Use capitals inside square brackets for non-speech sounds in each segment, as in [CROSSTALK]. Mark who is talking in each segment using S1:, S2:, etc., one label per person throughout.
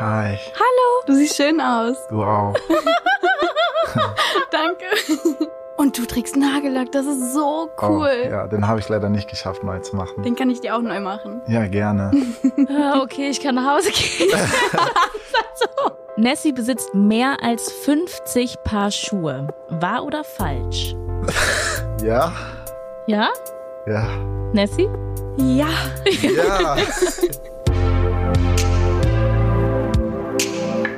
S1: Hi,
S2: Hallo, du siehst schön aus.
S1: du auch.
S2: [LAUGHS] Danke. Und du trägst Nagellack, das ist so
S1: Oh,
S2: cool.
S1: ja, den habe ich leider nicht geschafft, neu zu machen.
S2: [LAUGHS] Den kann ich dir auch neu machen.
S1: Ja, gerne.
S3: Ah, [LAUGHS] okay, ich kann nach Hause gehen. [LAUGHS] Also. Nessie besitzt mehr als 50 Paar Schuhe. Wahr oder falsch?
S1: Ja?
S3: Ja?
S1: Ja.
S3: Nessie?
S2: Ja.
S1: Ja.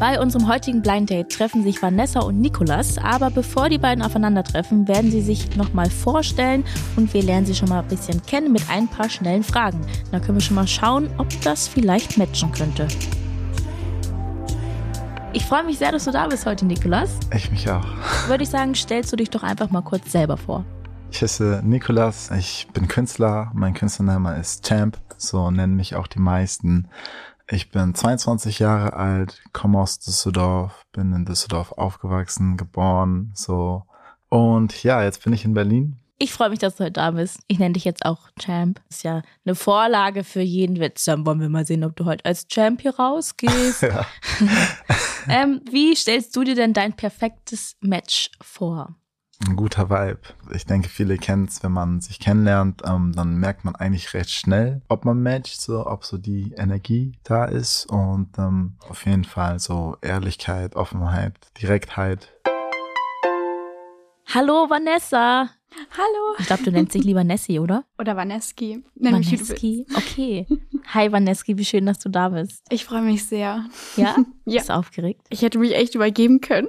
S3: Bei unserem heutigen Blind Date treffen sich Vanessa und Nikolas, aber bevor die beiden aufeinandertreffen, werden sie sich nochmal vorstellen und wir lernen sie schon mal ein bisschen kennen mit ein paar schnellen Fragen. Dann können wir schon mal schauen, ob das vielleicht matchen könnte. Ich freue mich sehr, dass du da bist heute, Nikolas.
S1: Ich mich auch.
S3: Würde ich sagen, stellst du dich doch einfach mal kurz selber vor.
S1: Ich heiße Nikolas, ich bin Künstler. Mein Künstlername ist Champ, so nennen mich auch die meisten. Ich bin 22 Jahre alt, komme aus Düsseldorf, bin in Düsseldorf aufgewachsen, geboren, so. Und ja, jetzt bin ich in Berlin.
S3: Ich freue mich, dass du heute da bist. Ich nenne dich jetzt auch Champ. Ist ja eine Vorlage für jeden Witz. Dann wollen wir mal sehen, ob du heute als Champ hier
S2: [LAUGHS]
S3: rausgehst.
S1: Ja.
S3: [LAUGHS] ähm, wie stellst du dir denn dein perfektes Match vor?
S1: Ein guter Vibe. Ich denke, viele kennen es, wenn man sich kennenlernt, ähm, dann merkt man eigentlich recht schnell, ob man matcht, so, ob so die Energie da ist und ähm, auf jeden Fall so Ehrlichkeit, Offenheit, Direktheit.
S3: Hallo Vanessa.
S2: Hallo.
S3: Ich glaube, du nennst dich lieber Nessie, oder?
S2: Oder Vaneski. [LAUGHS] Nenn mich wie du willst.
S3: Vaneski. Okay. Hi Vaneski, wie schön, dass du da bist.
S2: Ich freue mich sehr.
S3: Ja?
S2: [LAUGHS] Ja.
S3: Bist du aufgeregt?
S2: Ich hätte mich echt übergeben können.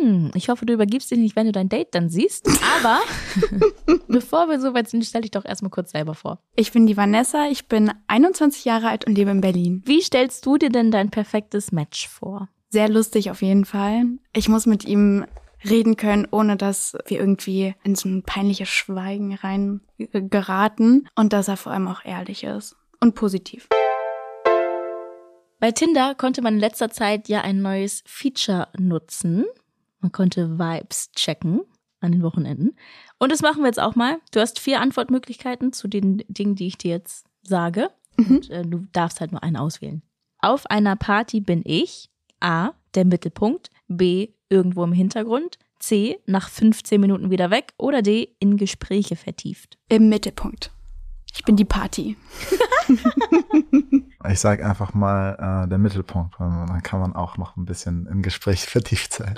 S3: Hm, ich hoffe, du übergibst dich nicht, wenn du dein Date dann siehst.
S2: [LAUGHS]
S3: Aber [LAUGHS] bevor wir so weit sind, stell dich doch erstmal kurz selber vor.
S2: Ich bin die Vanessa, ich bin 21 Jahre alt und lebe in Berlin.
S3: Wie stellst du dir denn dein perfektes Match vor?
S2: Sehr lustig auf jeden Fall. Ich muss mit ihm reden können, ohne dass wir irgendwie in so ein peinliches Schweigen rein geraten und dass er vor allem auch ehrlich ist und positiv.
S3: Bei Tinder konnte man in letzter Zeit ja ein neues Feature nutzen. Man konnte Vibes checken an den Wochenenden. Und das machen wir jetzt auch mal. Du hast vier Antwortmöglichkeiten zu den Dingen, die ich dir jetzt sage.
S2: Mhm.
S3: Und, äh, du darfst halt nur eine auswählen. Auf einer Party bin ich A, der Mittelpunkt, B, irgendwo im Hintergrund, C, nach 15 Minuten wieder weg oder D, in Gespräche vertieft.
S2: Im Mittelpunkt. Ich bin die Party.
S1: Ich sage einfach mal äh, der Mittelpunkt, weil man- dann kann man auch noch ein bisschen im Gespräch [LAUGHS] vertieft sein.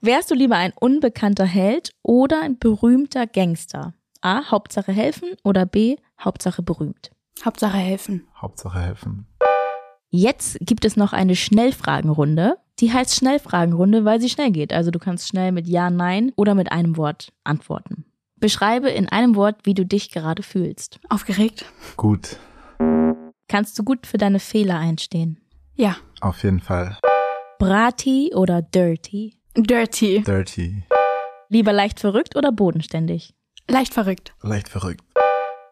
S3: Wärst du lieber ein unbekannter Held oder ein berühmter Gangster? A. Hauptsache helfen oder B. Hauptsache berühmt.
S2: Hauptsache helfen.
S1: Hauptsache helfen.
S3: Jetzt gibt es noch eine Schnellfragenrunde. Die heißt Schnellfragenrunde, weil sie schnell geht. Also du kannst schnell mit Ja, Nein oder mit einem Wort antworten. Beschreibe in einem Wort, wie du dich gerade fühlst.
S2: Aufgeregt?
S1: Gut,
S3: Kannst du gut für deine Fehler einstehen?
S2: Ja.
S1: auf jeden Fall.
S3: Brati oder dirty?
S2: Dirty.
S1: Dirty,
S3: Lieber leicht verrückt oder bodenständig?
S2: Leicht verrückt.
S1: leicht verrückt.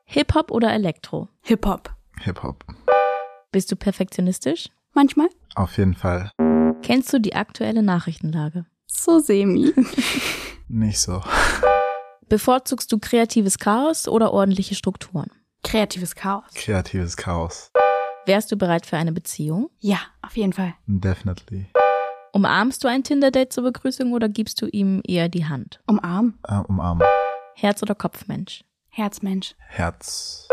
S3: Hip-Hop oder Elektro?
S2: Hip-Hop.
S1: Hip-Hop,
S3: Bist du perfektionistisch?
S2: Manchmal
S1: auf jeden Fall.
S3: Kennst du die aktuelle Nachrichtenlage?
S2: so [LAUGHS] semi.
S1: Nicht so. [LAUGHS]
S3: Bevorzugst du kreatives Chaos oder ordentliche Strukturen?
S2: Kreatives Chaos.
S1: Kreatives Chaos.
S3: Wärst du bereit für eine Beziehung?
S2: Ja, auf jeden Fall.
S1: Definitely.
S3: Umarmst du ein Tinder-Date zur Begrüßung oder gibst du ihm eher die Hand?
S2: Umarm.
S1: Äh, umarmen.
S3: Herz oder Kopfmensch?
S2: Herzmensch.
S1: Herz.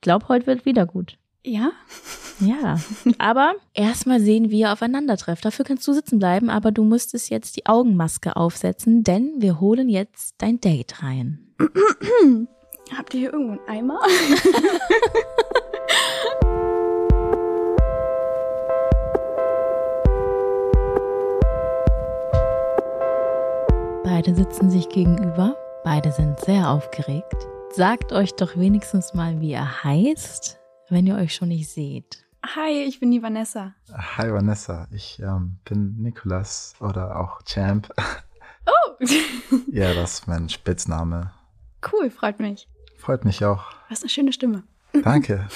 S3: Glaub, heute wird wieder gut.
S2: Ja?
S3: Ja. Aber erstmal sehen, wie ihr aufeinander trefft. Dafür kannst du sitzen bleiben, aber du müsstest jetzt die Augenmaske aufsetzen, denn wir holen jetzt dein Date rein.
S2: Habt ihr hier irgendwo einen Eimer?
S3: Beide sitzen sich gegenüber. Beide sind sehr aufgeregt. Sagt euch doch wenigstens mal, wie er heißt, wenn ihr euch schon nicht seht.
S2: [LAUGHS] Hi, ich bin die Vanessa.
S1: Hi Vanessa, ich ähm, bin Nikolas oder auch Champ. [LAUGHS]
S2: Oh,
S1: ja, das ist mein Spitzname.
S2: [LAUGHS] cool, freut mich.
S1: Freut mich auch.
S2: Du hast eine schöne Stimme.
S1: Danke.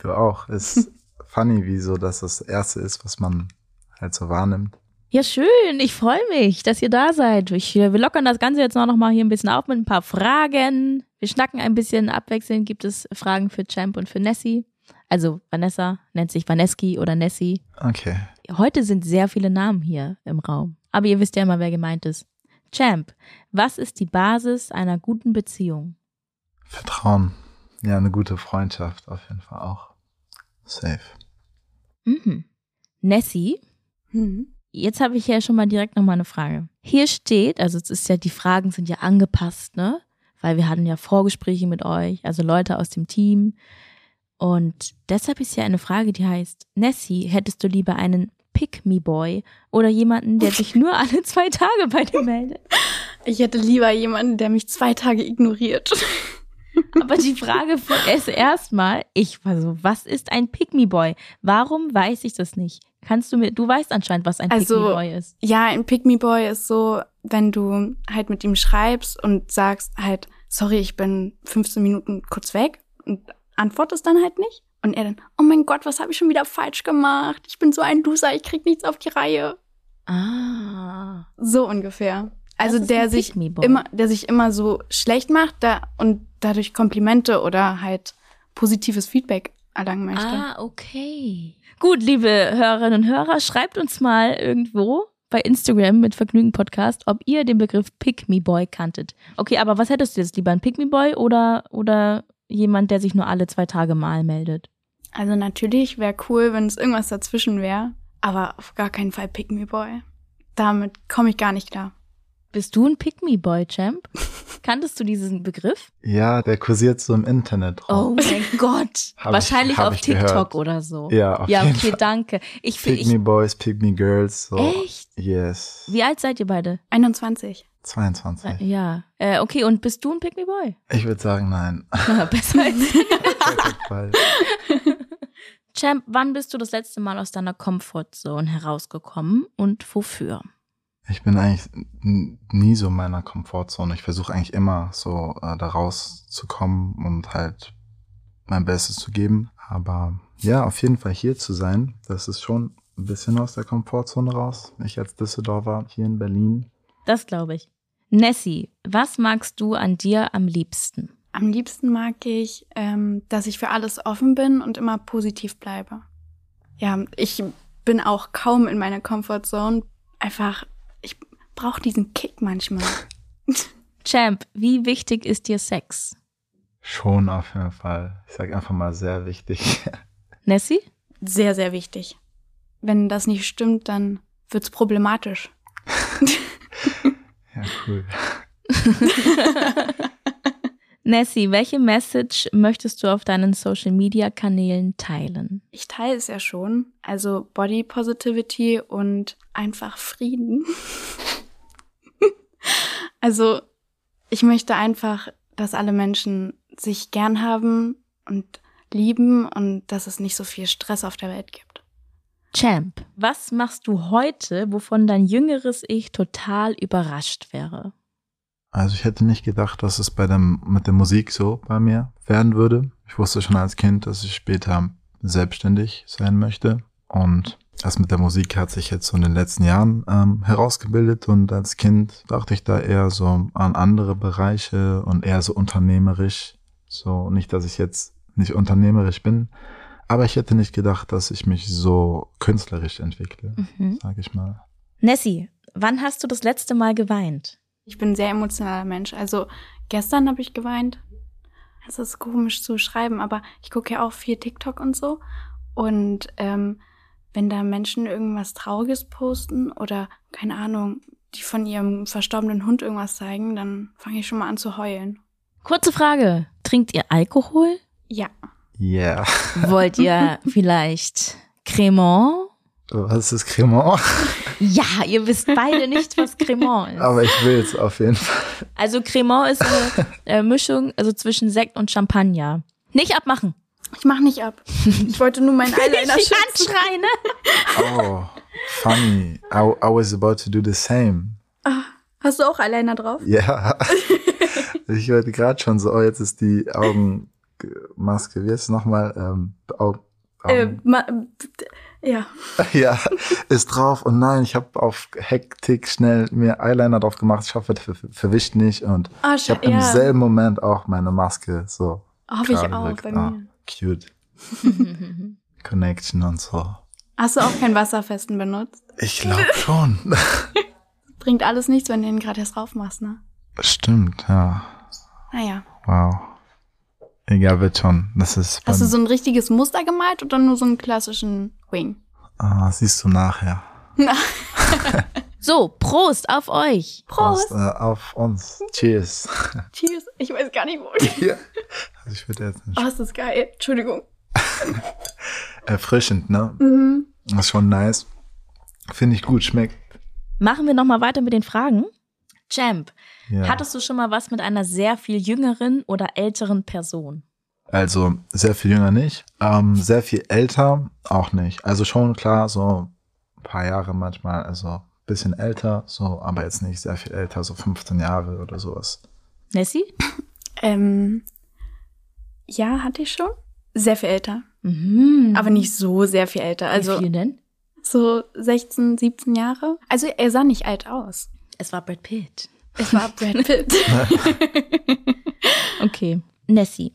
S1: Du auch.
S3: [LAUGHS]
S1: Ist funny, wie so das das Erste ist, was man halt so wahrnimmt.
S3: Ja, schön. Ich freue mich, dass ihr da seid. Ich, äh, wir lockern das Ganze jetzt noch mal hier ein bisschen auf mit ein paar Fragen. Wir schnacken ein bisschen abwechselnd. Gibt es Fragen für Champ und für Nessie? Also Vanessa nennt sich Vaneski oder Nessie.
S1: Okay.
S3: Heute sind sehr viele Namen hier im Raum. Aber ihr wisst ja immer, wer gemeint ist. Champ, was ist die Basis einer guten Beziehung?
S1: Vertrauen. Ja, eine gute Freundschaft auf jeden Fall auch. Safe.
S3: Mhm. Nessie,
S2: Mhm.
S3: Jetzt habe ich ja schon mal direkt nochmal eine Frage. Hier steht, also es ist ja, die Fragen sind ja angepasst, ne? Weil wir hatten ja Vorgespräche mit euch, also Leute aus dem Team. Und deshalb ist ja eine Frage, die heißt, Nessie, hättest du lieber einen Pick-Me-Boy oder jemanden, der sich nur alle zwei Tage bei dir meldet?
S2: Ich hätte lieber jemanden, der mich zwei Tage ignoriert. [LAUGHS]
S3: Aber die Frage ist erstmal, ich war so, was ist ein Pick-Me-Boy? Warum weiß ich das nicht? Kannst du mir, du weißt anscheinend, was ein
S2: Also,
S3: Pick-Me-Boy ist.
S2: Ja, ein Pick Me Boy ist so, wenn du halt mit ihm schreibst und sagst halt, sorry, ich bin 15 Minuten kurz weg und antwortest dann halt nicht. Und er dann, oh mein Gott, was habe ich schon wieder falsch gemacht? Ich bin so ein Loser, ich krieg nichts auf die Reihe.
S3: Ah.
S2: So ungefähr. Also
S3: Das ist
S2: der
S3: ein
S2: sich
S3: Pick-me-Boy.
S2: immer, der sich immer so schlecht macht da, und dadurch Komplimente oder halt positives Feedback erlangen möchte.
S3: Ah, okay. Gut, liebe Hörerinnen und Hörer, schreibt uns mal irgendwo bei Instagram mit Vergnügen Podcast, ob ihr den Begriff Pick Me Boy kanntet. Okay, aber was hättest du jetzt lieber, ein Pick Me Boy oder, oder jemand, der sich nur alle zwei Tage mal meldet?
S2: Also natürlich wäre cool, wenn es irgendwas dazwischen wäre, aber auf gar keinen Fall Pick Me Boy. Damit komme ich gar nicht klar.
S3: Bist du ein Pick Me Boy,
S1: [LAUGHS]
S3: Champ? Kanntest du diesen Begriff?
S1: Ja, der kursiert so im Internet
S3: Oh
S1: rum. [LAUGHS]
S3: mein Gott.
S1: Hab ich-
S3: Wahrscheinlich
S1: hab
S3: auf
S1: ich
S3: TikTok
S1: gehört.
S3: oder so.
S1: Ja, auf
S3: Oh. ja,
S1: jeden
S3: okay,
S1: Fall.
S3: danke. Ich finde,
S1: Pick
S3: ich,
S1: me boys, pick me girls. So.
S3: echt?
S1: Yes.
S3: Wie alt seid ihr beide?
S2: 21.
S1: 22.
S3: Ja. Äh, okay, und bist du ein Pick
S1: [LAUGHS]
S3: Me Boy? [LAUGHS]
S1: Ich würde sagen, nein.
S3: Na, besser als
S1: Weil
S3: Champ, wann bist du das letzte Mal aus deiner Comfortzone herausgekommen und wofür?
S1: ich bin eigentlich n- nie so in meiner Komfortzone. Ich versuche eigentlich immer so äh, da rauszukommen und halt mein Bestes zu geben. Aber ja, auf jeden Fall hier zu sein, das ist schon ein bisschen aus der Komfortzone raus. Ich als Düsseldorfer hier in Berlin.
S3: Das glaube ich. Nessie, was magst du an dir am liebsten?
S2: Am liebsten mag ich, ähm, dass ich für alles offen bin und immer positiv bleibe. Ja, ich bin auch kaum in meiner Comfortzone. Einfach, ich brauche diesen Kick manchmal.
S3: Champ, wie wichtig ist dir Sex?
S1: Schon auf jeden Fall. Ich sag einfach mal sehr wichtig. [LAUGHS]
S3: Nessie?
S2: Sehr, sehr wichtig. Wenn das nicht stimmt, dann wird's problematisch.
S1: ja, cool.
S3: Nessie, welche Message möchtest du auf deinen Social-Media-Kanälen teilen?
S2: Ich teile es ja schon. Also Body Positivity und einfach Frieden. [LAUGHS] also ich möchte einfach, dass alle Menschen sich gern haben und lieben und dass es nicht so viel Stress auf der Welt gibt.
S3: Champ, was machst du heute, wovon dein jüngeres Ich total überrascht wäre?
S1: Also ich hätte nicht gedacht, dass es bei dem, mit der Musik so bei mir werden würde. Ich wusste schon als Kind, dass ich später selbstständig sein möchte. Und das mit der Musik hat sich jetzt so in den letzten Jahren ähm, herausgebildet. Und als Kind dachte ich da eher so an andere Bereiche und eher so unternehmerisch. So nicht, dass ich jetzt nicht unternehmerisch bin, aber ich hätte nicht gedacht, dass ich mich so künstlerisch entwickle,
S3: Mhm.
S1: sage ich mal.
S3: Nessie, wann hast du das letzte Mal geweint?
S2: Ich bin ein sehr emotionaler Mensch. Also gestern habe ich geweint. Es ist komisch zu schreiben, aber ich gucke ja auch viel TikTok und so. Und ähm, wenn da Menschen irgendwas Trauriges posten oder keine Ahnung, die von ihrem verstorbenen Hund irgendwas zeigen, dann fange ich schon mal an zu heulen.
S3: Kurze Frage. Trinkt ihr Alkohol?
S2: Ja,
S1: Yeah.
S3: Wollt ihr vielleicht Cremant?
S1: Was ist Cremant?
S3: Ja, ihr wisst beide nicht, was Cremant ist.
S1: Aber ich will es auf jeden Fall.
S3: Also Cremant ist eine äh, Mischung also zwischen Sekt und Champagner. Nicht abmachen.
S2: Ich mach nicht ab. Ich wollte nur meinen Eyeliner
S3: Ich
S2: schützen.
S3: anschreie, ne?
S1: Oh, funny. I, I was about to do the same.
S2: Hast du auch Eyeliner drauf? [LAUGHS]
S1: Ja. ich wollte gerade schon so, oh, jetzt ist die Augenmaske. Wie heißt es nochmal? Ähm, Augen,
S2: Äh,
S1: Augen,
S2: ma, ja.
S1: [LAUGHS] Ja, ist drauf. Und nein, ich habe auf Hektik schnell mir Eyeliner drauf gemacht. Ich hoffe, der ver verwischt nicht. Und
S2: Oh,
S1: ich habe
S2: ja.
S1: im selben Moment auch meine Maske so
S2: Hoffe ich
S1: gerade
S2: auch
S1: wirkt.
S2: bei
S1: Ah,
S2: mir.
S1: Cute.
S3: ne?
S1: Connection und so.
S2: Hast du auch keinen wasserfesten benutzt? [LAUGHS]
S1: Ich glaube schon.
S2: Bringt alles nichts, wenn du ihn gerade erst raufmachst, ne?
S1: Stimmt, ja.
S2: Naja.
S1: Wow. Egal, wird schon. Das ist.
S2: Hast du
S1: beim-
S2: so ein richtiges Muster gemalt oder nur so einen klassischen Wing?
S1: ah, siehst du nachher.
S3: So, Prost auf euch.
S2: Prost!
S1: Aus, äh, auf uns. Cheers.
S2: Cheers! Ich weiß gar nicht, wo.
S1: ja. Also ich würde jetzt nicht.
S2: Oh, ist das geil. Entschuldigung.
S1: Erfrischend, ne?
S2: Mhm.
S1: Das ist schon nice. Finde ich gut, schmeckt.
S3: Machen wir nochmal weiter mit den Fragen. Champ,
S1: Ja.
S3: hattest du schon mal was mit einer sehr viel jüngeren oder älteren Person?
S1: Also sehr viel jünger nicht, ähm, sehr viel älter auch nicht. Also schon klar, so ein paar Jahre manchmal, also bisschen älter, so, aber jetzt nicht sehr viel älter, so 15 Jahre oder sowas.
S3: Nessie?
S2: Ähm, ja, hatte ich schon. Sehr viel älter.
S3: Mhm.
S2: Aber nicht so sehr viel älter.
S3: Also,
S2: Also
S3: Wie viel denn?
S2: so 16, 17 Jahre. Also er sah nicht alt aus.
S3: Es war Brad Pitt.
S2: Es war Brad Pitt.
S3: Okay. Nessie,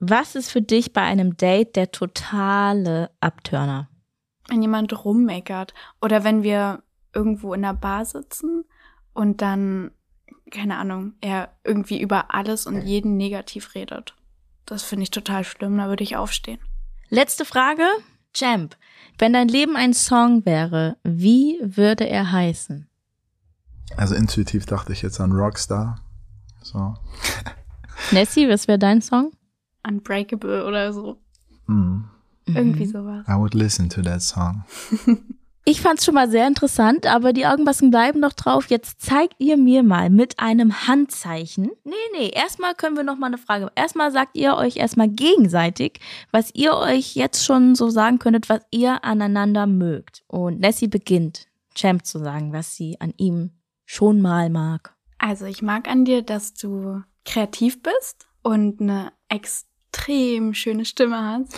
S3: was ist für dich bei einem Date der totale Abturner?
S2: wenn jemand rummeckert oder wenn wir irgendwo in der Bar sitzen und dann, keine Ahnung, er irgendwie über alles und jeden negativ redet. Das finde ich total schlimm, da würde ich aufstehen.
S3: Letzte Frage. Champ, wenn dein Leben ein Song wäre, wie würde er heißen?
S1: Also intuitiv dachte ich jetzt an Rockstar. So.
S3: Nessie, was wäre dein Song?
S2: Unbreakable oder so.
S1: hm,
S3: Mhm.
S2: Irgendwie sowas.
S1: I would listen to that song.
S3: Ich fand's schon mal sehr interessant, aber die Augenmasken bleiben noch drauf. Jetzt zeigt ihr mir mal mit einem Handzeichen. Nee, nee, erstmal können wir noch mal eine Frage. Erstmal sagt ihr euch erstmal gegenseitig, was ihr euch jetzt schon so sagen könntet, was ihr aneinander mögt. Und Nessie beginnt, Champ zu sagen, was sie an ihm schon mal mag.
S2: Also ich mag an dir, dass du kreativ bist und eine extrem schöne Stimme hast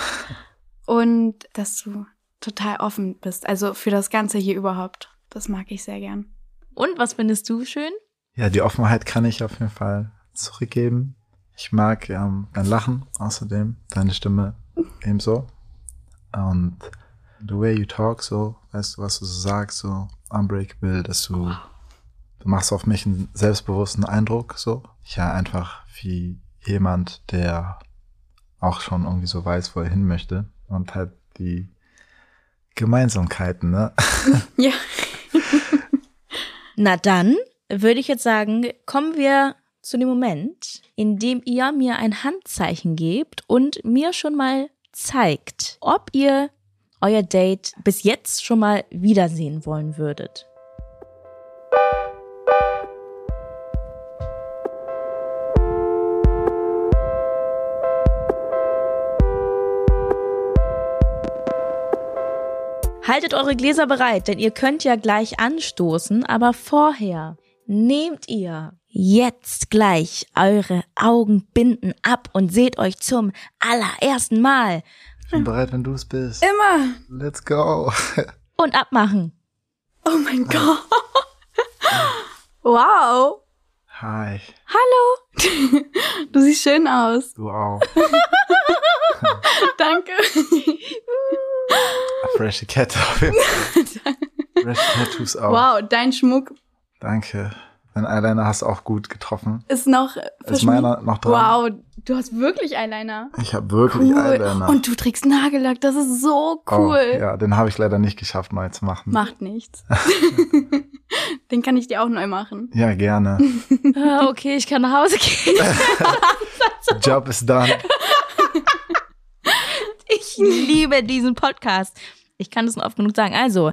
S2: und dass du total offen bist. Also für das Ganze hier überhaupt. Das mag ich sehr gern.
S3: Und was findest du schön?
S1: Ja, die Offenheit kann ich auf jeden Fall zurückgeben. Ich mag ähm, dein Lachen außerdem, deine Stimme ebenso. Und the way you talk, so, weißt du, was du so sagst, so unbreakable, dass du, du machst auf mich einen selbstbewussten Eindruck, so. Ja, einfach wie jemand, der auch schon irgendwie so weiß, wo er hin möchte und halt die Gemeinsamkeiten, ne?
S2: Ja.
S3: Na dann würde ich jetzt sagen, kommen wir zu dem Moment, in dem ihr mir ein Handzeichen gebt und mir schon mal zeigt, ob ihr euer Date bis jetzt schon mal wiedersehen wollen würdet. Haltet eure Gläser bereit, denn ihr könnt ja gleich anstoßen, aber vorher nehmt ihr jetzt gleich eure Augenbinden ab und seht euch zum allerersten Mal
S1: Ich bin bereit, wenn du es bist.
S2: Immer.
S1: Let's go.
S3: und abmachen.
S2: Oh mein Gott. Wow.
S1: Hi,
S2: Hallo. Du siehst schön
S1: [LAUGHS]
S2: aus.
S1: du auch.
S2: Danke.
S1: Fresh Cat auf jeden Fall.
S2: [LAUGHS]
S1: Fresh Tattoos auch.
S2: Wow, dein Schmuck
S1: Danke. Dein Eyeliner hast du auch gut getroffen.
S2: ist noch
S1: Ist
S2: verschmiert.
S1: meiner noch dran?
S2: Wow, du hast wirklich Eyeliner.
S1: Ich habe wirklich Eyeliner.
S2: Und du trägst Nagellack, das ist so
S1: Oh,
S2: cool.
S1: ja, den habe ich leider nicht geschafft, neu zu machen. [LAUGHS]
S2: Macht nichts. [LAUGHS] Den kann ich dir auch neu machen.
S1: Ja, gerne.
S3: [LAUGHS]
S2: [LAUGHS]
S3: Ah, okay, ich kann nach Hause gehen.
S1: Job is done.
S3: Ich liebe diesen Podcast. Ich kann es nur oft genug sagen. Also,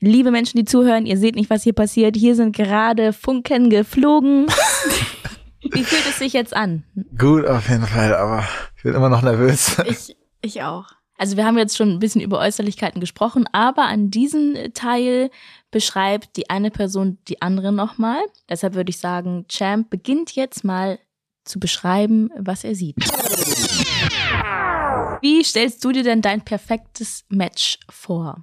S3: liebe Menschen, die zuhören, ihr seht nicht, was hier passiert. Hier sind gerade Funken geflogen. Wie fühlt es sich jetzt an?
S1: Gut auf jeden Fall, aber ich bin immer noch nervös.
S2: Ich Ich auch.
S3: Also wir haben jetzt schon ein bisschen über Äußerlichkeiten gesprochen, aber an diesem Teil beschreibt die eine Person die andere nochmal. Deshalb würde ich sagen, Champ beginnt jetzt mal zu beschreiben, was er sieht. Wie stellst du dir denn dein perfektes Match vor?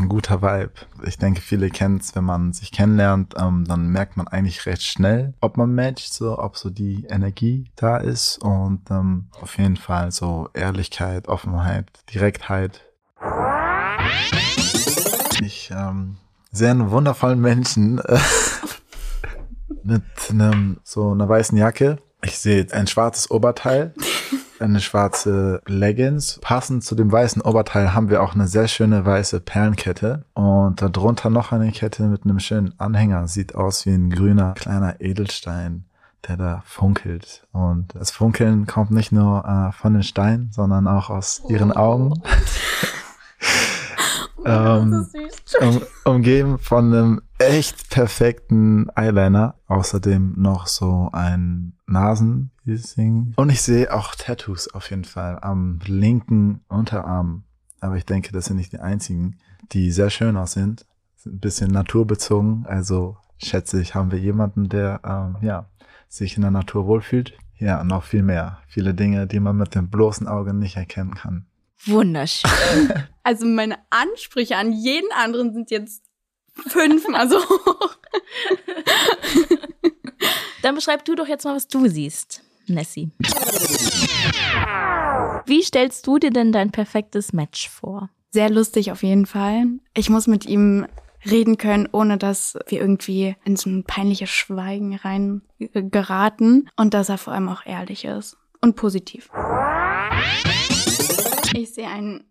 S1: Ein guter Vibe. Ich denke, viele kennen es, wenn man sich kennenlernt, ähm, dann merkt man eigentlich recht schnell, ob man matcht, so, ob so die Energie da ist und ähm, auf jeden Fall so Ehrlichkeit, Offenheit, Direktheit. Ich ähm, sehe einen wundervollen Menschen äh, mit einem, so einer weißen Jacke. Ich sehe ein schwarzes Oberteil eine schwarze Leggings. Passend zu dem weißen Oberteil haben wir auch eine sehr schöne weiße Perlenkette und darunter noch eine Kette mit einem schönen Anhänger. Sieht aus wie ein grüner kleiner Edelstein, der da funkelt. Und das Funkeln kommt nicht nur äh, von den Steinen, sondern auch aus ihren Augen. [LAUGHS] ähm, um, umgeben von einem echt perfekten Eyeliner. Außerdem noch so ein Nasenpiercing. Und ich sehe auch Tattoos auf jeden Fall am linken Unterarm. Aber ich denke, das sind nicht die einzigen, die sehr schön aussehen. Sind Ein bisschen naturbezogen. Also schätze ich, haben wir jemanden, der ähm, ja, sich in der Natur wohlfühlt. Ja, noch viel mehr. Viele Dinge, die man mit dem bloßen Auge nicht erkennen kann.
S3: Wunderschön.
S2: Also meine Ansprüche an jeden anderen sind jetzt also fünfmal
S1: [LAUGHS]
S2: [LAUGHS] so hoch.
S3: Dann beschreib du doch jetzt mal, was du siehst, Nessie. Wie stellst du dir denn dein perfektes Match [LAUGHS] vor?
S2: Sehr lustig auf jeden Fall. Ich muss mit ihm reden können, ohne dass wir irgendwie in so ein peinliches Schweigen rein äh, geraten und dass er vor allem auch ehrlich ist und positiv. Ich sehe einen,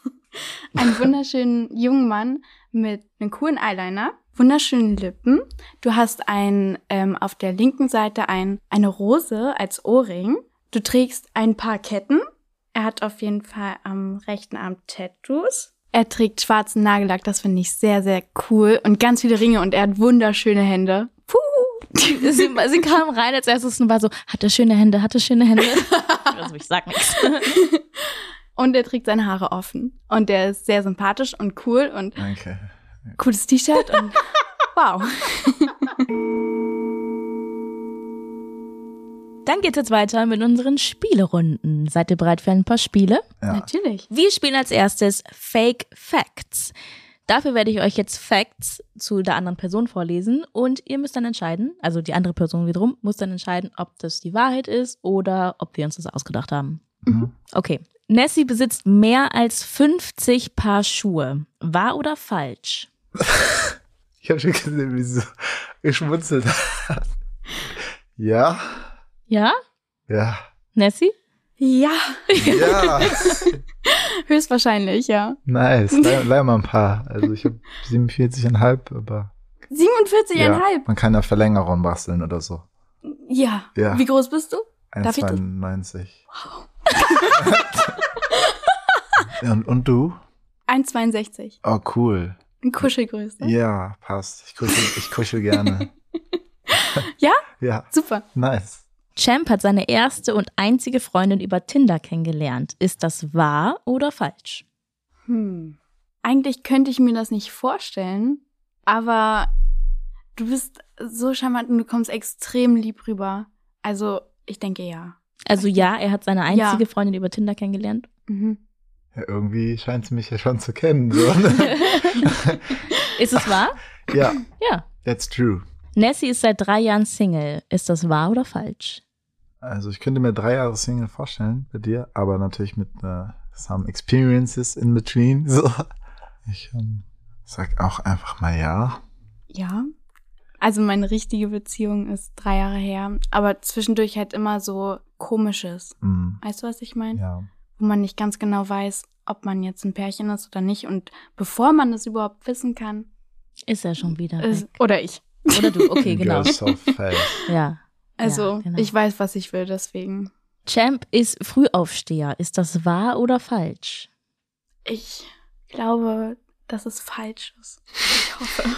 S2: [LAUGHS] einen wunderschönen jungen Mann mit einem coolen Eyeliner, wunderschönen Lippen. Du hast ein, ähm, auf der linken Seite ein, eine Rose als Ohrring. Du trägst ein paar Ketten. Er hat auf jeden Fall am rechten Arm Tattoos. Er trägt schwarzen Nagellack, das finde ich sehr, sehr cool. Und ganz viele Ringe und er hat wunderschöne Hände. Puh!
S3: Sie, sie kam rein als erstes und war so, hat er schöne Hände, hat er schöne Hände. [LAUGHS] Also ich sag nichts.
S2: Und er trägt seine Haare offen. Und er ist sehr sympathisch und cool und
S1: Danke.
S2: cooles
S1: [LAUGHS]
S2: T-Shirt und wow.
S3: [LAUGHS] Dann geht's jetzt weiter mit unseren Spielerunden. Seid ihr bereit für ein paar Spiele?
S1: Ja.
S2: Natürlich.
S3: Wir spielen als erstes Fake Facts. Dafür werde ich euch jetzt Facts zu der anderen Person vorlesen und ihr müsst dann entscheiden, also die andere Person wiederum muss dann entscheiden, ob das die Wahrheit ist oder ob wir uns das ausgedacht haben.
S1: Mhm.
S3: Okay. Nessie besitzt mehr als 50 Paar Schuhe. Wahr oder falsch?
S1: Ich habe schon gesehen, wie sie so geschmunzelt hat. Ja,
S3: Ja?
S1: ja,
S3: Nessie?
S2: Ja, [LAUGHS]
S1: ja.
S2: höchstwahrscheinlich, ja.
S1: Nice. Leih, leih mal ein paar. Also ich habe 47,5, aber
S2: 47,5.
S1: man kann ja Verlängerung basteln oder so.
S2: Ja.
S1: Ja.
S2: Wie groß bist du? Darf ich
S1: 1,92. und, und du?
S2: 1,62.
S1: Oh, cool.
S2: In Kuschelgröße.
S1: Ja, passt. Ich kuschel, ich kuschel gerne.
S2: Ja?
S1: Ja,
S2: Super.
S1: nice.
S3: Champ hat seine erste und einzige Freundin über Tinder kennengelernt. Ist das wahr oder falsch?
S2: Hm. Eigentlich könnte ich mir das nicht vorstellen, aber du bist so charmant und du kommst extrem lieb rüber. Also, ich denke ja.
S3: Also ja, er hat seine
S2: Ja.
S3: einzige Freundin über Tinder kennengelernt.
S2: Mhm.
S1: Ja, irgendwie scheint sie mich ja schon zu kennen. So.
S2: [LAUGHS]
S1: ne?
S3: Ist es wahr?
S1: ja,
S3: Ja.
S1: that's true.
S3: Nessie ist seit drei Jahren Single. Ist das wahr oder falsch?
S1: Also ich könnte mir drei Jahre Single vorstellen bei dir, aber natürlich mit äh, some experiences in between. [LAUGHS] So. Ich ähm, sag auch einfach mal ja.
S2: Ja. Also meine richtige Beziehung ist drei Jahre her, aber zwischendurch halt immer so komisches.
S1: Hm,
S2: Weißt du, was ich meine?
S1: ja.
S2: Wo man nicht ganz genau weiß, ob man jetzt ein Pärchen ist oder nicht. Und bevor man das überhaupt wissen kann,
S3: Ist er schon wieder.
S2: ist,
S3: Weg.
S2: oder ich.
S3: Oder du,
S1: [LAUGHS]
S3: okay, genau.
S1: Girls of
S3: [LAUGHS]
S1: Faith.
S3: Ja.
S2: Also
S3: Ja, genau.
S2: ich weiß, was ich will, deswegen.
S3: Champ ist Frühaufsteher. Ist das wahr oder falsch?
S2: Ich glaube, dass es falsch ist. Ich hoffe.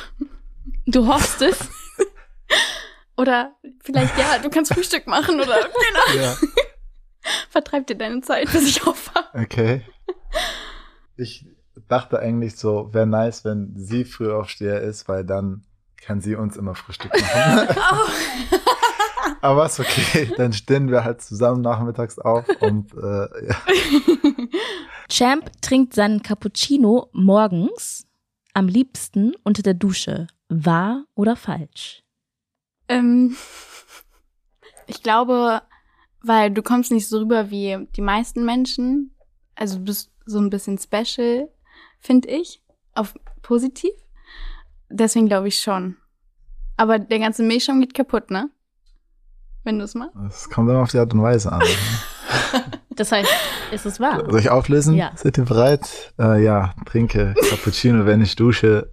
S3: Du
S2: [LAUGHS]
S3: hoffst es? [LAUGHS]
S2: Oder vielleicht ja, du kannst Frühstück machen oder
S1: ja.
S2: Vertreib dir deine Zeit, bis ich aufwache.
S1: Okay. Ich dachte eigentlich so, wäre nice, wenn sie früh aufsteher ist, weil dann kann sie uns immer Frühstück
S3: [LAUGHS]
S1: machen. Aber ist okay, dann stehen wir halt zusammen nachmittags auf und äh, ja.
S3: Champ trinkt seinen Cappuccino morgens am liebsten unter der Dusche. Wahr oder falsch?
S2: Ähm, ich glaube, weil du kommst nicht so rüber wie die meisten Menschen. Also du bist so ein bisschen special, finde ich. Auf positiv. Deswegen glaube ich schon. Aber der ganze Milchschaum geht kaputt, ne? Wenn du es machst.
S1: es kommt immer auf die Art und Weise an.
S3: Das heißt, ist es wahr?
S1: Soll ich auflösen?
S3: Ah. Ja.
S1: Seid ihr bereit? Äh, ja, trinke Cappuccino, wenn ich dusche.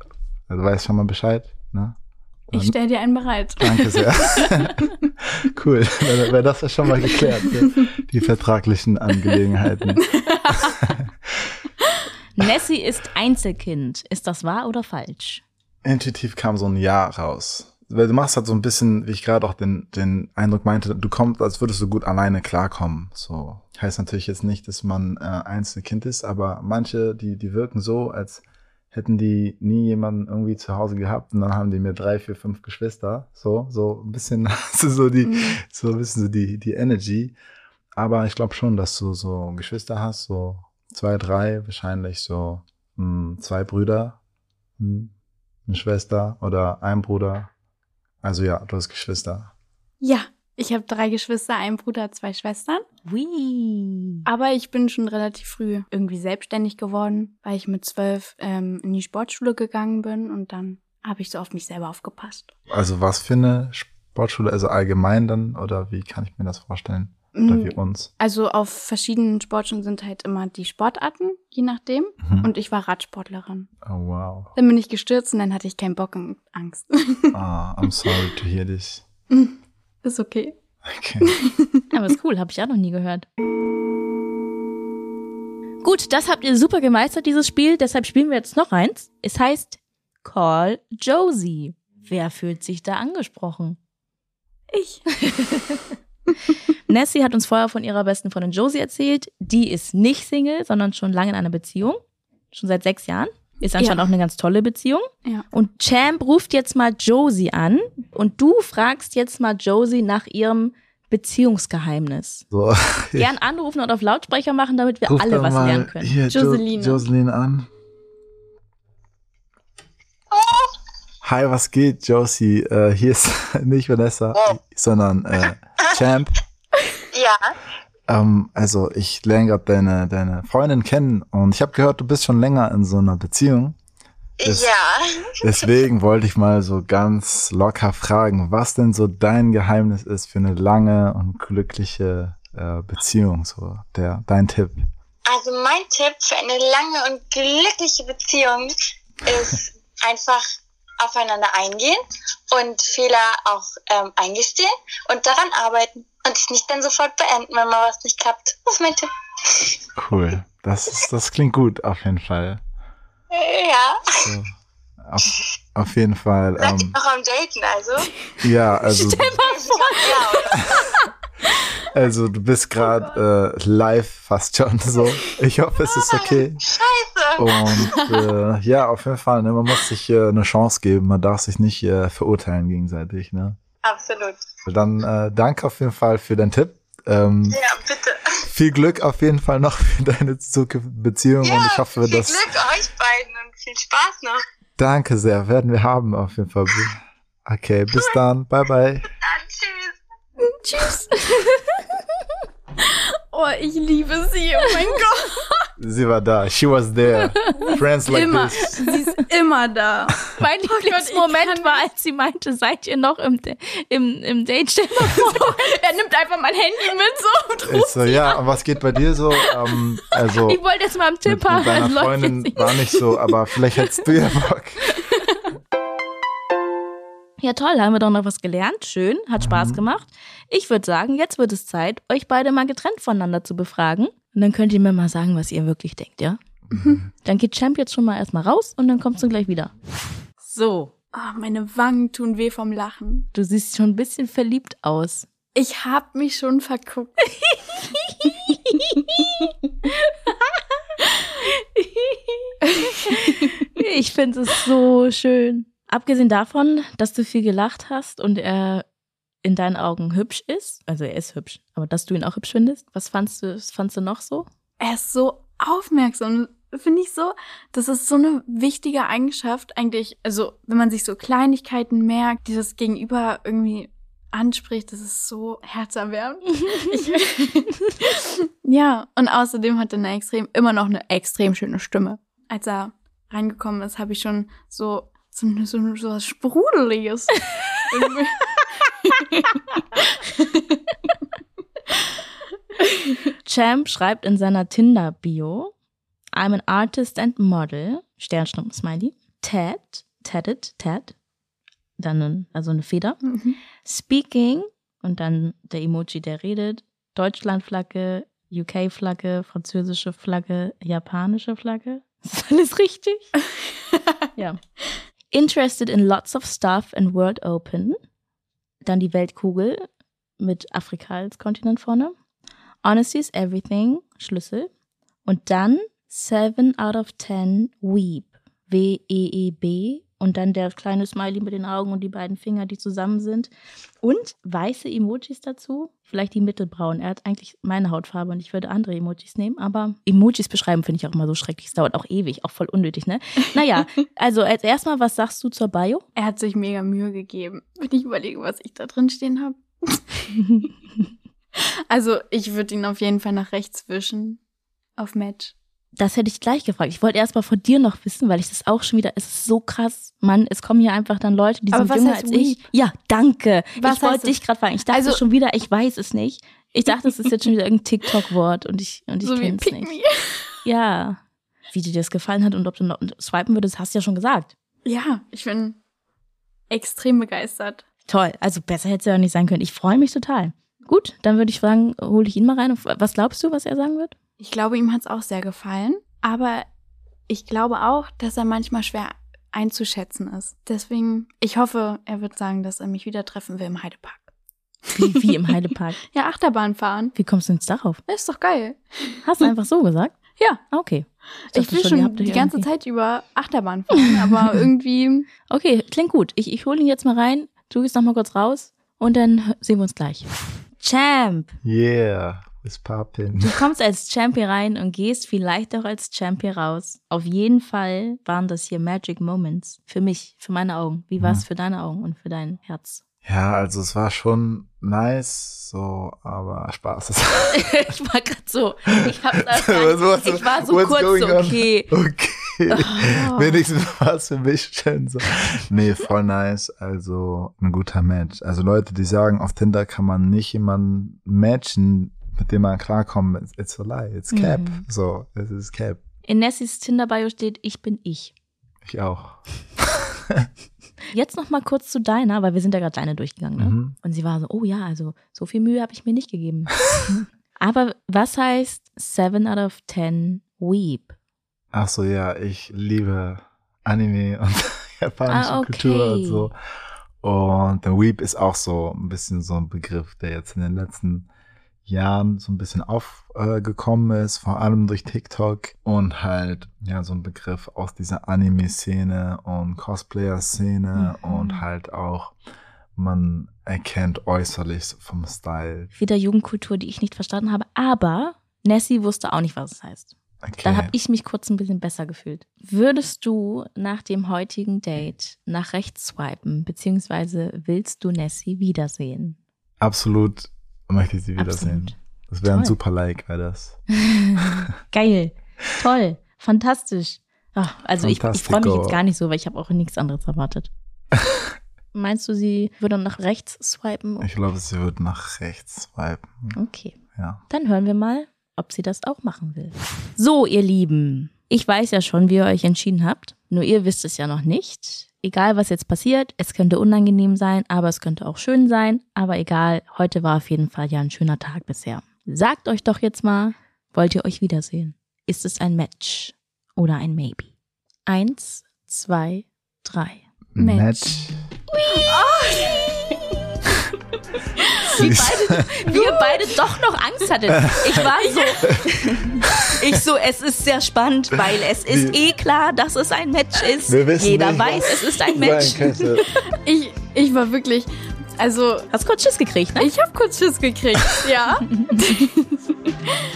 S1: Also weiß schon mal Bescheid. Ne?
S2: Ich
S1: Ähm,
S2: stell dir
S1: [LAUGHS]
S2: einen bereit.
S1: Danke sehr. cool, dann wäre das ja schon mal geklärt. Ne? Die vertraglichen Angelegenheiten.
S3: Nessie ist Einzelkind. Ist das wahr oder falsch?
S1: Intuitiv kam so ein Ja raus. Weil du machst halt so ein bisschen, wie ich gerade auch den, den Eindruck meinte, du kommst, als würdest du gut alleine klarkommen. So. Heißt natürlich jetzt nicht, dass man äh, Einzelkind ist, aber manche, die, die wirken so, als hätten die nie jemanden irgendwie zu Hause gehabt und dann haben die mir drei, vier, fünf Geschwister. So, so ein bisschen, [LAUGHS] also so die,
S2: Mhm.
S1: so ein bisschen so die, die Energy. Aber ich glaube schon, dass du so Geschwister hast, so zwei, drei, wahrscheinlich so mh, zwei Brüder, mh, eine Schwester oder ein Bruder. Also ja, du hast Geschwister.
S2: Ja, ich habe drei Geschwister, einen Bruder, zwei Schwestern.
S3: Wee.
S2: Aber ich bin schon relativ früh irgendwie selbstständig geworden, weil ich mit zwölf ähm, in die Sportschule gegangen bin und dann habe ich so auf mich selber aufgepasst.
S1: Also was für eine Sportschule, also allgemein dann oder wie kann ich mir das vorstellen? Oder wie uns?
S2: Also auf verschiedenen Sportschulen sind halt immer die Sportarten, je nachdem.
S1: Mhm.
S2: Und ich war Radsportlerin.
S1: oh, wow.
S2: Dann bin ich gestürzt und dann hatte ich keinen Bock und Angst. [LAUGHS]
S1: Ah, I'm sorry to hear this.
S2: Ist okay.
S1: Okay.
S3: Aber ist cool, habe ich auch noch nie gehört. Gut, das habt ihr super gemeistert, dieses Spiel. Deshalb spielen wir jetzt noch eins. Es heißt Call Josie. Wer fühlt sich da angesprochen?
S2: Ich.
S3: Nessie hat uns vorher von ihrer besten Freundin Josie erzählt. Die ist nicht Single, sondern schon lange in einer Beziehung. Schon seit sechs Jahren. Ist anscheinend
S2: Ja.
S3: auch eine ganz tolle Beziehung.
S2: Ja.
S3: Und Champ ruft jetzt mal Josie an und du fragst jetzt mal Josie nach ihrem Beziehungsgeheimnis.
S1: So, ich
S3: Gern anrufen und auf Lautsprecher machen, damit wir
S1: ruf
S3: alle
S1: dann
S3: was
S1: mal
S3: lernen können.
S1: Hier, Joseline.
S2: Joseline.
S1: Jo Joseline an. Hi, was geht, Josie? Äh, hier ist [LAUGHS] nicht Vanessa, sondern äh, Champ.
S4: Ja,
S1: Ähm, also ich lerne gerade deine, deine Freundin kennen und ich habe gehört, du bist schon länger in so einer Beziehung. Das-
S4: ja.
S1: Deswegen wollte ich mal so ganz locker fragen, was denn so dein Geheimnis ist für eine lange und glückliche äh, Beziehung. So der, dein Tipp.
S4: Also mein Tipp für eine lange und glückliche Beziehung ist einfach aufeinander eingehen und Fehler auch ähm, eingestehen und daran arbeiten und es nicht dann sofort beenden, wenn mal was nicht klappt. Das ist mein Tipp.
S1: Cool. Das, ist, das klingt gut auf jeden Fall.
S4: Ja,
S1: So, auf, auf jeden Fall.
S4: seid ihr
S1: Ähm,
S4: noch am Daten, also.
S1: ja, also.
S4: Ja,
S1: Also du bist gerade äh, live fast schon so. Ich hoffe, es ist okay. Scheiße. Und äh, ja, auf jeden Fall. Ne, man muss sich äh, eine Chance geben. Man darf sich nicht äh, verurteilen gegenseitig. Ne?
S4: absolut.
S1: Dann äh, danke auf jeden Fall für deinen Tipp. Ähm,
S4: Ja, bitte.
S1: Viel Glück auf jeden Fall noch für deine zukünftige Beziehung. und ich hoffe,
S4: viel
S1: dass...
S4: Glück euch beiden und viel Spaß noch.
S1: Danke sehr. Werden wir haben auf jeden Fall. Okay, bis dann. Bye, bye.
S4: Dann tschüss.
S2: Tschüss. oh, ich liebe sie. Oh mein Gott.
S1: Sie war da. She was
S3: [LAUGHS]
S1: there. Friends like
S2: Immer.
S1: this.
S2: Sie ist immer da. [LAUGHS]
S3: Mein Lieblingsmoment
S2: Oh kann
S3: war, als sie meinte, seid ihr noch im, im, im Date? Stell mal vor,
S2: [LAUGHS] Er nimmt einfach mein Handy mit so und
S1: Ich so, äh, ja, und was geht bei dir so? Ähm, also,
S3: ich wollte jetzt mal einen
S1: mit,
S3: Tipp
S1: mit
S3: haben.
S1: deiner
S3: es [LAUGHS] läuft jetzt
S1: Freundin
S3: nicht.
S1: war nicht so, aber vielleicht hättest du ja Bock.
S3: Ja, toll, haben wir doch noch was gelernt. Schön, hat Spaß gemacht. Ich würde sagen, jetzt wird es Zeit, euch beide mal getrennt voneinander zu befragen. Und dann könnt ihr mir mal sagen, was ihr wirklich denkt, ja? Dann geht Champ jetzt schon mal erstmal raus und dann kommst du gleich wieder. So,
S2: Ah, meine Wangen tun weh vom Lachen.
S3: du siehst schon ein bisschen verliebt aus.
S2: Ich hab mich schon verguckt.
S3: Ich finde es so schön. Abgesehen davon, dass du viel gelacht hast und er in deinen Augen hübsch ist, also er ist hübsch, aber dass du ihn auch hübsch findest, was fandst du, was fandst du noch so?
S2: Er ist so aufmerksam. Finde ich so, das ist so eine wichtige Eigenschaft eigentlich. Also, wenn man sich so Kleinigkeiten merkt, die das Gegenüber irgendwie anspricht, das ist so herzerwärmend. Ich- ja, und außerdem hat er eine extrem, immer noch eine extrem schöne Stimme. Als er reingekommen ist, habe ich schon so, so, so, so was Sprudeliges. Irgendwie.
S3: Champ schreibt in seiner Tinder-Bio, I'm an artist and model, Sternschnuppen Smiley, Ted, Tedded, Ted, dann ein- also eine Feder, Speaking und dann der Emoji, der redet, Deutschlandflagge, UK-Flagge, französische Flagge, japanische Flagge. [LAUGHS] Ist alles richtig? ja. Interested in lots of stuff and world open. Dann die Weltkugel mit Afrika als Kontinent vorne. Honesty is everything, Schlüssel. Und dann 7 out of 10 Weep. W-E-E-B. Und dann der kleine Smiley mit den Augen und die beiden Finger, die zusammen sind. Und weiße Emojis dazu. Vielleicht die mittelbraun. Er hat eigentlich meine Hautfarbe und ich würde andere Emojis nehmen. Aber Emojis beschreiben finde ich auch immer so schrecklich. Es dauert auch ewig, auch voll unnötig,
S2: [LAUGHS]
S3: ne? Naja, also als erstmal, was sagst du zur Bio?
S2: Er hat sich mega Mühe gegeben, wenn ich überlege, was ich da drin stehen habe. Also, ich würde ihn auf jeden Fall nach rechts wischen. Auf Match.
S3: Das hätte ich gleich gefragt. Ich wollte erst mal von dir noch wissen, weil ich das auch schon wieder, es ist so krass, Mann, es kommen hier einfach dann Leute, die
S2: Aber
S3: sind
S2: was
S3: jünger
S2: heißt
S3: als ich. Ja, danke.
S2: Was
S3: ich wollte
S2: heißt es?
S3: dich gerade fragen. Ich dachte
S2: Also-
S3: schon wieder, ich weiß es nicht. Ich dachte, es ist jetzt schon
S2: [LAUGHS]
S3: wieder irgendein TikTok-Wort und ich, und ich
S2: so wie
S3: kenne es
S2: Pick
S3: nicht.
S2: Me.
S3: Ja. Wie dir das gefallen hat und ob du noch swipen würdest, hast du ja schon gesagt.
S2: Ja, ich bin extrem begeistert.
S3: Toll. Also besser hätte es ja nicht sein können. Ich freue mich total. Gut, dann würde ich sagen, hole ich ihn mal rein. Und was glaubst du, was er sagen wird?
S2: Ich glaube, ihm hat es auch sehr gefallen. Aber ich glaube auch, dass er manchmal schwer einzuschätzen ist. Deswegen, ich hoffe, er wird sagen, dass er mich wieder treffen will im Heidepark.
S3: Wie, wie
S2: [LAUGHS]
S3: im Heidepark.
S2: Ja, Achterbahn fahren.
S3: Wie kommst du jetzt darauf?
S2: Ist doch geil.
S3: Hast du einfach so gesagt? Ah,
S2: Ja.
S3: Okay.
S2: Ich
S3: dachte
S2: will
S3: ihr
S2: schon
S3: habt euch
S2: die ganze
S3: irgendwie-
S2: Zeit über Achterbahn [LAUGHS] fahren, aber irgendwie
S3: Okay, klingt gut. Ich, ich hole ihn jetzt mal rein. Du gehst noch mal kurz raus und dann hö- sehen wir uns gleich. Champ.
S1: Yeah, ist poppin.
S3: Du kommst als Champ hier rein und gehst vielleicht auch als Champ hier raus. Auf jeden Fall waren das hier Magic Moments. Für mich, für meine Augen. Wie war es für deine Augen und für dein Herz?
S1: Ja, also es war schon nice, so, aber Spaß ist.
S3: [LAUGHS] ich war gerade so. Ich, hab's [LAUGHS] einfach,
S1: Was- was-
S3: ich war so
S1: what's
S3: kurz
S1: going
S3: so,
S1: on?
S3: okay. [LAUGHS]
S1: Okay. Wenigstens war es für mich schon so. Nee, voll nice. Also ein guter Match. Also Leute, die sagen, auf Tinder kann man nicht jemanden matchen, mit dem man klarkommt. It's, it's a lie. It's cap.
S3: Mhm.
S1: So, es ist cap.
S3: In Nessys Tinder-Bio steht, ich bin ich.
S1: Ich auch.
S3: Jetzt noch mal kurz zu deiner, weil wir sind ja gerade deine durchgegangen. Ne?
S1: Mhm.
S3: Und sie war so, oh ja, also so viel Mühe habe ich mir nicht gegeben. [LAUGHS] Aber was heißt 7 out of 10 Weep?
S1: Ach so, ja, ich liebe Anime [LAUGHS] und japanische
S3: Ah, okay.
S1: Kultur und so. Und der Weep ist auch so ein bisschen so ein Begriff, der jetzt in den letzten Jahren so ein bisschen aufgekommen äh, gekommen ist, vor allem durch TikTok und halt ja so ein Begriff aus dieser Anime-Szene und Cosplayer-Szene
S3: Mhm.
S1: und halt auch man erkennt äußerlich vom Style.
S3: Wieder Jugendkultur, die ich nicht verstanden habe. Aber Nessie wusste auch nicht, was es heißt.
S1: Okay.
S3: Dann habe ich mich kurz ein bisschen besser gefühlt. Würdest du nach dem heutigen Date nach rechts swipen, beziehungsweise willst du Nessie wiedersehen?
S1: Absolut möchte ich sie wiedersehen. Das wäre ein
S3: Toll.
S1: super Like, wäre das.
S3: Geil, toll, fantastisch. Ach, also ich, ich freue mich
S1: Fantastico.
S3: jetzt gar nicht so, weil ich habe auch nichts anderes
S1: [LAUGHS]
S3: erwartet. Meinst du, sie würde nach rechts swipen?
S1: Ich glaube, sie wird nach rechts swipen.
S3: Okay,
S1: Ja.
S3: dann hören wir mal, ob sie das auch machen will. So, ihr Lieben, ich weiß ja schon, wie ihr euch entschieden habt. Nur ihr wisst es ja noch nicht. Egal, was jetzt passiert, es könnte unangenehm sein, aber es könnte auch schön sein. Aber egal, heute war auf jeden Fall ja ein schöner Tag bisher. Sagt euch doch jetzt mal, wollt ihr euch wiedersehen? Ist es ein Match oder ein Maybe? Eins, zwei, drei.
S2: Match.
S1: Match.
S3: wie beide, wir beide doch noch Angst hatten. Ich war so, [LAUGHS] ich so, es ist sehr spannend, weil es ist eh klar, dass es ein Match ist.
S1: Wir wissen
S3: Jeder
S1: nicht,
S3: weiß,
S1: was
S3: es ist ein
S1: sein
S3: Match.
S1: könnte.
S2: Ich, ich war wirklich, also
S3: Hast kurz Schiss gekriegt, ne?
S2: ich habe kurz Schiss gekriegt, [LAUGHS] ja.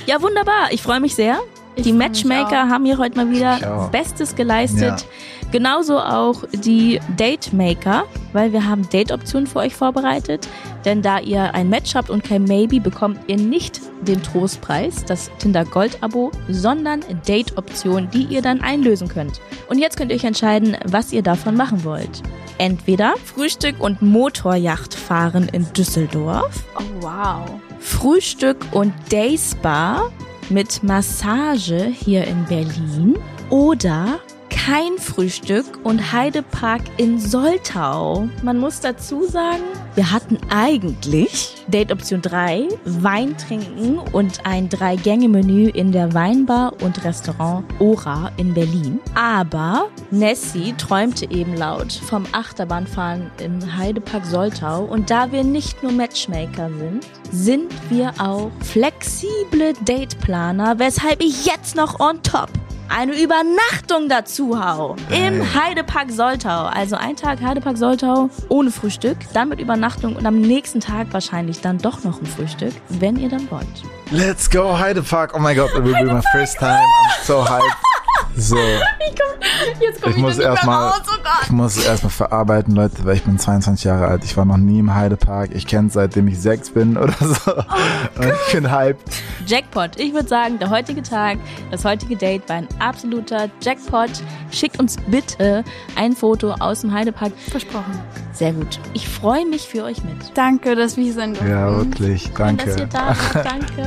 S3: Ja, wunderbar. Ich freue mich sehr.
S2: Ich
S3: die
S2: freu mich
S3: Matchmaker
S2: auch.
S3: haben hier heute mal
S1: Ich
S3: wieder
S1: auch.
S3: Bestes geleistet. Genauso auch die Datemaker, weil wir haben Date-Optionen für euch vorbereitet. Denn da ihr ein Match habt und kein Maybe, bekommt ihr nicht den Trostpreis, das Tinder Gold-Abo, sondern Date-Optionen, die ihr dann einlösen könnt. Und jetzt könnt ihr euch entscheiden, was ihr davon machen wollt. Entweder Frühstück und Motorjacht fahren in Düsseldorf.
S2: Oh, wow.
S3: Frühstück und Dayspa mit Massage hier in Berlin oder kein Frühstück und Heidepark in Soltau. Man muss dazu sagen, wir hatten eigentlich Date Option 3, Wein trinken und ein Drei-Gänge-Menü in der Weinbar und Restaurant Ora in Berlin. Aber Nessie träumte eben laut vom Achterbahnfahren im Heidepark Soltau. Und da wir nicht nur Matchmaker sind, sind wir auch flexible Dateplaner, weshalb ich jetzt noch on top eine Übernachtung dazu hau. Im Heidepark Soltau. Also ein Tag Heidepark Soltau ohne Frühstück, dann mit Übernachtung und am nächsten Tag wahrscheinlich dann doch noch ein Frühstück, wenn ihr dann wollt.
S1: Let's go, Heidepark. Oh my God, it will be my first time. I'm so hyped. So,
S2: Jetzt komme
S1: ich
S2: ich,
S1: muss
S2: da nicht mehr
S1: erstmal,
S2: raus, oh Gott.
S1: ich muss es erstmal verarbeiten, Leute, weil ich bin 22 Jahre alt. Ich war noch nie im Heidepark. Ich kenne seitdem ich sechs bin oder so.
S3: Oh
S1: Und ich bin hyped.
S3: Jackpot. Ich würde sagen, der heutige Tag, das heutige Date war ein absoluter Jackpot. Schickt uns bitte ein Foto aus dem Heidepark.
S2: Versprochen.
S3: Sehr gut. Ich freue mich für euch mit.
S2: Danke, dass wir hier sind.
S1: Ja, wirklich.
S3: Schön, dass ihr
S1: Danke.
S3: da wart. Danke.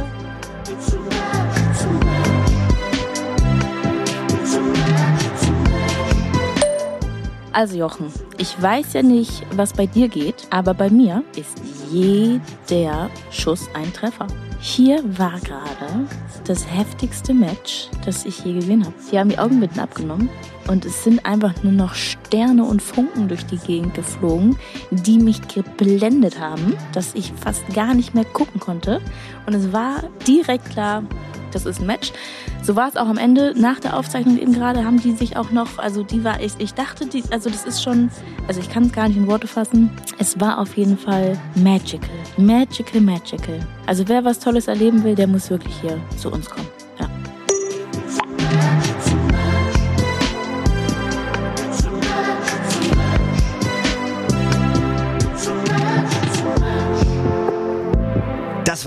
S3: Also Jochen, ich weiß ja nicht, was bei dir geht, aber bei mir ist jeder Schuss ein Treffer. Hier war gerade das heftigste Match, das ich je gesehen habe. Die haben die Augenbinden abgenommen und es sind einfach nur noch Sterne und Funken durch die Gegend geflogen, die mich geblendet haben, dass ich fast gar nicht mehr gucken konnte. Und es war direkt klar, das ist ein Match. So war es auch am Ende. Nach der Aufzeichnung eben gerade haben die sich auch noch, also die war, ich, ich dachte, die, also das ist schon, also ich kann es gar nicht in Worte fassen. Es war auf jeden Fall magical. Magical, magical. Also wer was Tolles erleben will, der muss wirklich hier zu uns kommen. Ja.
S5: Das